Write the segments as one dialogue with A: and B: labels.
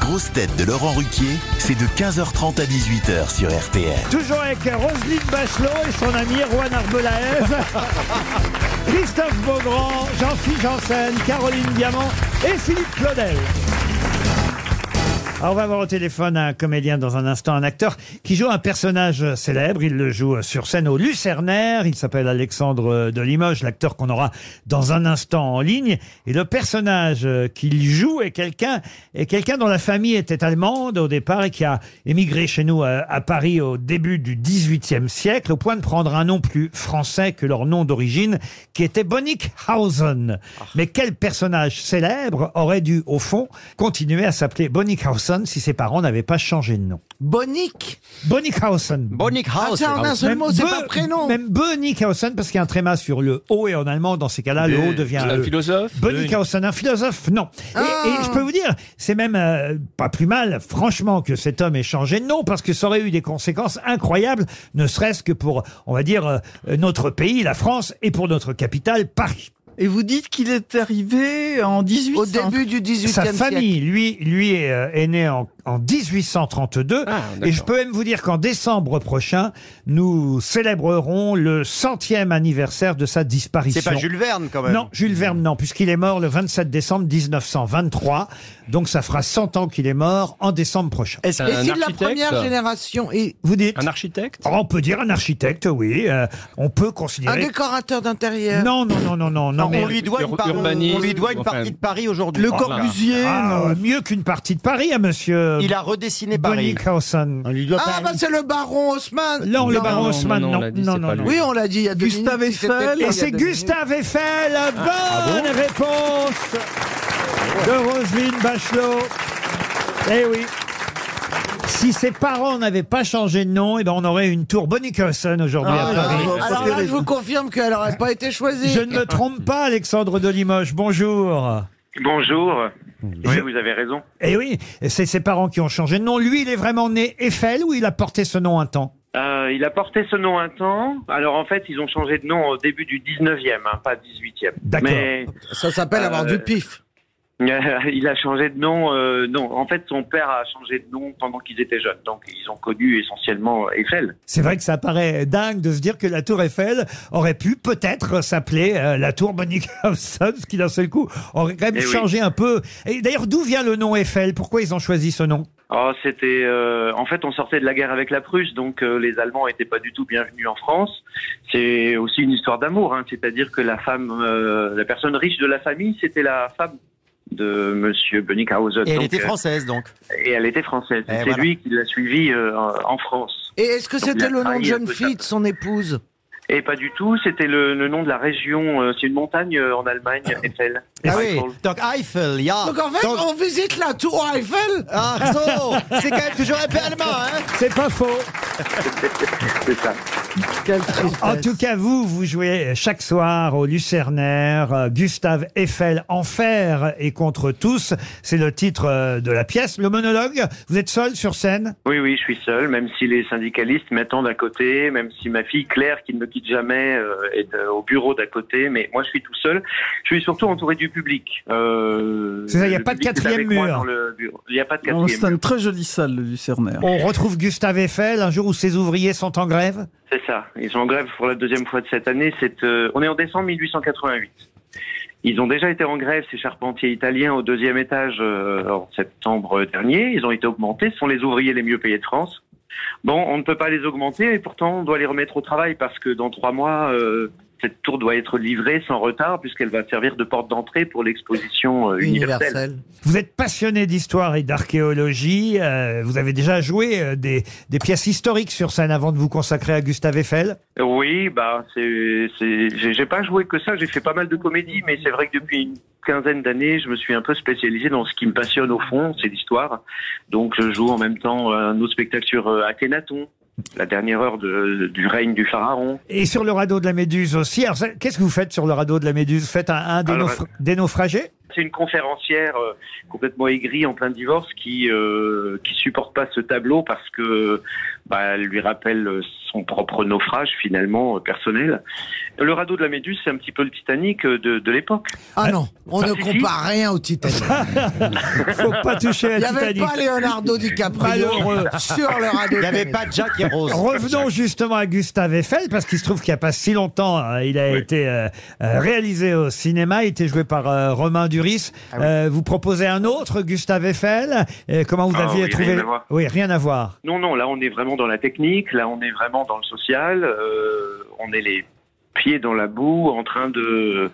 A: grosses têtes de Laurent Ruquier, c'est de 15h30 à 18h sur RTL.
B: Toujours avec Roselyne Bachelot et son ami Juan Arbelaez, Christophe Beaugrand, Jean-Philippe Janssen, Caroline Diamant et Philippe Claudel. Alors, on va avoir au téléphone un comédien dans un instant, un acteur qui joue un personnage célèbre. Il le joue sur scène au Lucernaire. Il s'appelle Alexandre de Limoges, l'acteur qu'on aura dans un instant en ligne. Et le personnage qu'il joue est quelqu'un est quelqu'un dont la famille était allemande au départ et qui a émigré chez nous à, à Paris au début du XVIIIe siècle, au point de prendre un nom plus français que leur nom d'origine, qui était Bonnickhausen.
C: Ah.
B: Mais quel personnage célèbre aurait dû, au fond, continuer à s'appeler Bonnickhausen si ses parents n'avaient pas changé de nom
C: Bonic
B: Bonnickhausen.
C: Bonnickhausen. Ah, tiens, on a un seul mot, c'est
B: Bo-
C: pas prénom.
B: Même Bonnickhausen, parce qu'il y a un tréma sur le O, et en allemand, dans ces cas-là, le O devient E.
D: Un
B: le-
D: philosophe
B: Bonnickhausen, un philosophe, non. Et, et je peux vous dire, c'est même euh, pas plus mal, franchement, que cet homme ait changé de nom, parce que ça aurait eu des conséquences incroyables, ne serait-ce que pour, on va dire, euh, notre pays, la France, et pour notre capitale, Paris.
E: Et vous dites qu'il est arrivé en 1800.
C: Au début du 18e
B: Sa
C: siècle.
B: famille, lui, lui est, euh, est né en, en 1832.
D: Ah,
B: et je
D: d'accord.
B: peux même vous dire qu'en décembre prochain, nous célébrerons le centième anniversaire de sa disparition.
F: C'est pas Jules Verne quand même.
B: Non, Jules Verne, non, puisqu'il est mort le 27 décembre 1923. Donc ça fera 100 ans qu'il est mort en décembre prochain.
C: Est-ce
D: un
C: est-il la
D: architecte
C: première génération et
B: Vous dites
D: Un architecte
B: Oh, On peut dire un architecte, oui. euh, on peut
C: un
B: considérer.
C: décorateur d'intérieur
B: Non, non, non, non, non, non.
F: on,
B: mais-
F: lui doit une
D: ur-
F: par-
D: urbanisme,
F: on lui doit une
D: enfin-
F: partie de Paris aujourd'hui.
E: Le
D: Oh là.
E: Corbusier.
B: Ah,
E: non.
B: mieux qu'une partie de Paris, à monsieur.
F: Il a redessiné Paris.
B: Bonnickhausen.
C: Ah bah c'est le baron Haussmann.
B: Non, le
D: Non,
B: baron
D: non,
B: Haussmann,
D: non,
B: non,
D: non, on l'a dit,
B: non,
D: c'est
B: non,
D: pas
B: non.
D: lui.
C: Oui, on l'a dit il y a deux
E: Gustave
C: minutes, c'était
E: Eiffel.
C: peut-être
B: Et
C: il y a Ah
B: c'est
C: deux
B: Gustave Eiffel, la bonne réponse de Roselyne Bachelot. Eh oui. Si ses parents n'avaient pas changé de nom, eh ben on aurait une tour Bonnickhausen aujourd'hui
C: minutes.
B: à Paris.
C: Alors, alors là, je vous confirme qu'elle n'aurait pas été choisie.
B: Je ne me trompe pas, Alexandre de Limoges. Bonjour.
G: Bonjour. Oui,
B: Je-
G: vous avez raison.
B: Eh oui, c'est ses parents qui ont changé de nom. Lui, il est vraiment né Eiffel ou il a porté ce nom un temps
G: Euh, il a porté ce nom un temps. Alors en fait, ils ont changé de nom au début du 19e, hein, pas 18e.
B: D'accord.
G: Mais
C: Ça s'appelle avoir
G: Euh,
C: du pif.
G: euh, il a changé de nom. euh, non, en fait, son père a changé de nom pendant qu'ils étaient jeunes. Donc, ils ont connu essentiellement euh, Eiffel.
B: C'est vrai que ça paraît dingue de se dire que la tour Eiffel aurait pu peut-être s'appeler euh, la tour Bonnickhausen, ce qui d'un seul coup aurait quand même
G: Eh oui.
B: changé un peu. Et d'ailleurs, d'où vient le nom Eiffel Pourquoi ils ont choisi ce nom
G: Oh, c'était. euh, en fait, on sortait de la guerre avec la Prusse, donc euh, les Allemands n'étaient pas du tout bienvenus en France. C'est aussi une histoire d'amour, hein, c'est-à-dire que la femme, euh, la personne riche de la famille, c'était la femme de Monsieur Bennickhausen.
F: Et elle
G: Donc,
F: était
G: euh,
F: française donc.
G: Et elle était française.
F: Eh,
G: c'est
F: voilà.
G: lui qui l'a suivie euh, en France.
C: Et est-ce que
G: Donc, il
C: c'était
G: a
C: le nom de
G: trahi un
C: jeune
G: peu
C: fille de son épouse
G: Et pas du tout, c'était le, le nom de la région. euh, c'est une montagne euh, en Allemagne, Eiffel.
F: Ah oui.
G: Eiffel.
F: Donc Eiffel, ja.
C: Ah. Donc en fait,
F: Donc-
C: on visite la tour Eiffel.
F: Ah, so. c'est quand même toujours un peu allemand, hein.
B: C'est pas faux.
G: C'est ça.
C: Quelle tristesse.
B: En tout cas, vous, vous jouez chaque soir au Lucernaire, euh, Gustave Eiffel, Enfer et contre tous. C'est le titre euh, de la pièce. Le monologue, vous êtes seul sur scène
G: Oui, oui, je suis seul, même si les syndicalistes m'attendent à côté, même si ma fille Claire, qui ne me quitte jamais, euh, est euh, au bureau d'à côté, mais moi je suis tout seul. Je suis surtout entouré du public. Euh,
B: C'est ça, il n'y a
G: le
B: pas de
G: public est
B: quatrième
G: avec moi
B: mur.
G: dans le bureau. Il n'y a pas de
E: Non,
G: quatrième
E: C'est
G: mur.
E: une très jolie salle, le Lucernaire.
B: On retrouve Gustave Eiffel un jour où ses ouvriers sont en grève
G: C'est ça. Ils sont en grève pour la deuxième fois de cette année. C'est, euh, on est en décembre 1888. Ils ont déjà été en grève, ces charpentiers italiens, au deuxième étage euh, en septembre dernier. Ils ont été augmentés. Ce sont les ouvriers les mieux payés de France. Bon, on ne peut pas les augmenter et pourtant on doit les remettre au travail parce que dans trois mois, euh, cette tour doit être livrée sans retard puisqu'elle va servir de porte d'entrée pour l'exposition euh, universelle.
C: Universel.
B: Vous êtes passionné d'histoire et d'archéologie. euh, vous avez déjà joué euh, des, des pièces historiques sur scène avant de vous consacrer à Gustave Eiffel.
G: Oui, bah c'est c'est j'ai j'ai pas joué que ça, j'ai fait pas mal de comédies, mais c'est vrai que depuis une quinzaine d'années, je me suis un peu spécialisé dans ce qui me passionne au fond, c'est l'histoire. Donc je joue en même temps un autre spectacle sur euh, Akhenaton, la dernière heure de- du règne du pharaon.
B: Et
G: Ah,
B: sur le radeau de la Méduse aussi. Alors, ça, qu'est-ce que vous faites sur le radeau de la Méduse Vous faites un, un des,
G: Alors,
B: naufra- des naufragés
G: C'est une conférencière euh, complètement aigrie en plein divorce qui euh, qui supporte pas ce tableau parce que bah, elle lui rappelle son propre naufrage finalement euh, personnel. Le radeau de la Méduse, c'est un petit peu le Titanic euh, de, de l'époque.
C: Ah non, on
G: Ah,
C: ne
G: si,
C: compare rien au Titanic.
B: Faut pas toucher
C: Il
B: à
C: n'y avait
B: Titanic.
C: pas Leonardo DiCaprio
B: Malheureux.
C: sur le radeau.
F: Il n'y avait pas Jack et Rose.
B: Revenons justement à Gustave Eiffel, parce qu'il se trouve qu'il n'y a pas si longtemps, euh, il a été euh, euh, réalisé au cinéma, il était joué par euh, Romain Duris.
C: Ah
B: Euh, vous proposez un autre Gustave Eiffel. Euh, comment vous
G: Ah
B: aviez
G: oui,
B: trouvé
G: rien à voir.
B: Oui, rien à voir.
G: Non, non, là on est vraiment dans la technique, là on est vraiment dans le social, euh, on est les pieds dans la boue en train de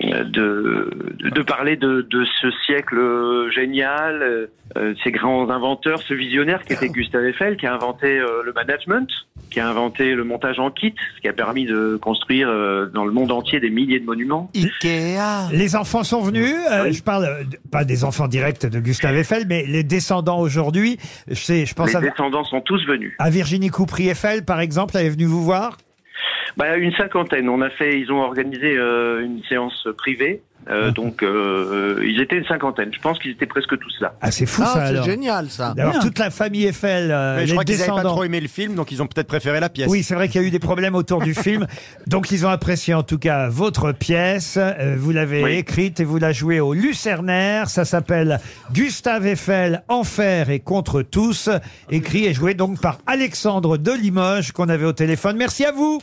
G: de, de parler de, de ce siècle génial, euh, ces grands inventeurs, ce visionnaire qui était Gustave Eiffel, qui a inventé euh, le management, qui a inventé le montage en kit, ce qui a permis de construire euh, dans le monde entier des milliers de monuments.
F: ah, Ikea.
B: Euh, Les enfants sont venus. euh, Je parle euh, de- pas des enfants directs de Gustave Eiffel, mais les descendants aujourd'hui. Je sais, je pense
G: Les
B: à,
G: descendants sont tous venus.
B: à Virginie Coupry Eiffel, par exemple, elle est venue vous voir.
G: Bah, une cinquantaine. On a fait, ils ont organisé euh, une séance privée. Euh, donc, euh, ils étaient une cinquantaine. Je pense qu'ils étaient presque tous là.
B: Ah, c'est fou ça
C: Ah, c'est
B: alors.
C: génial ça.
B: D'avoir
E: Bien.
B: toute la famille Eiffel, euh,
F: Mais
B: les
F: je crois qu'ils n'avaient pas
B: descendants.
F: trop aimé le film, donc ils ont peut-être préféré la pièce.
B: Oui, c'est vrai qu'il y a eu des problèmes autour du film. Donc, ils ont apprécié en tout cas votre pièce. Euh, vous l'avez
G: Oui.
B: écrite et vous la jouez au Lucernaire. Ça s'appelle Gustave Eiffel, Enfer et contre tous. Écrit et joué donc par Alexandre de Limoges qu'on avait au téléphone. Merci à vous.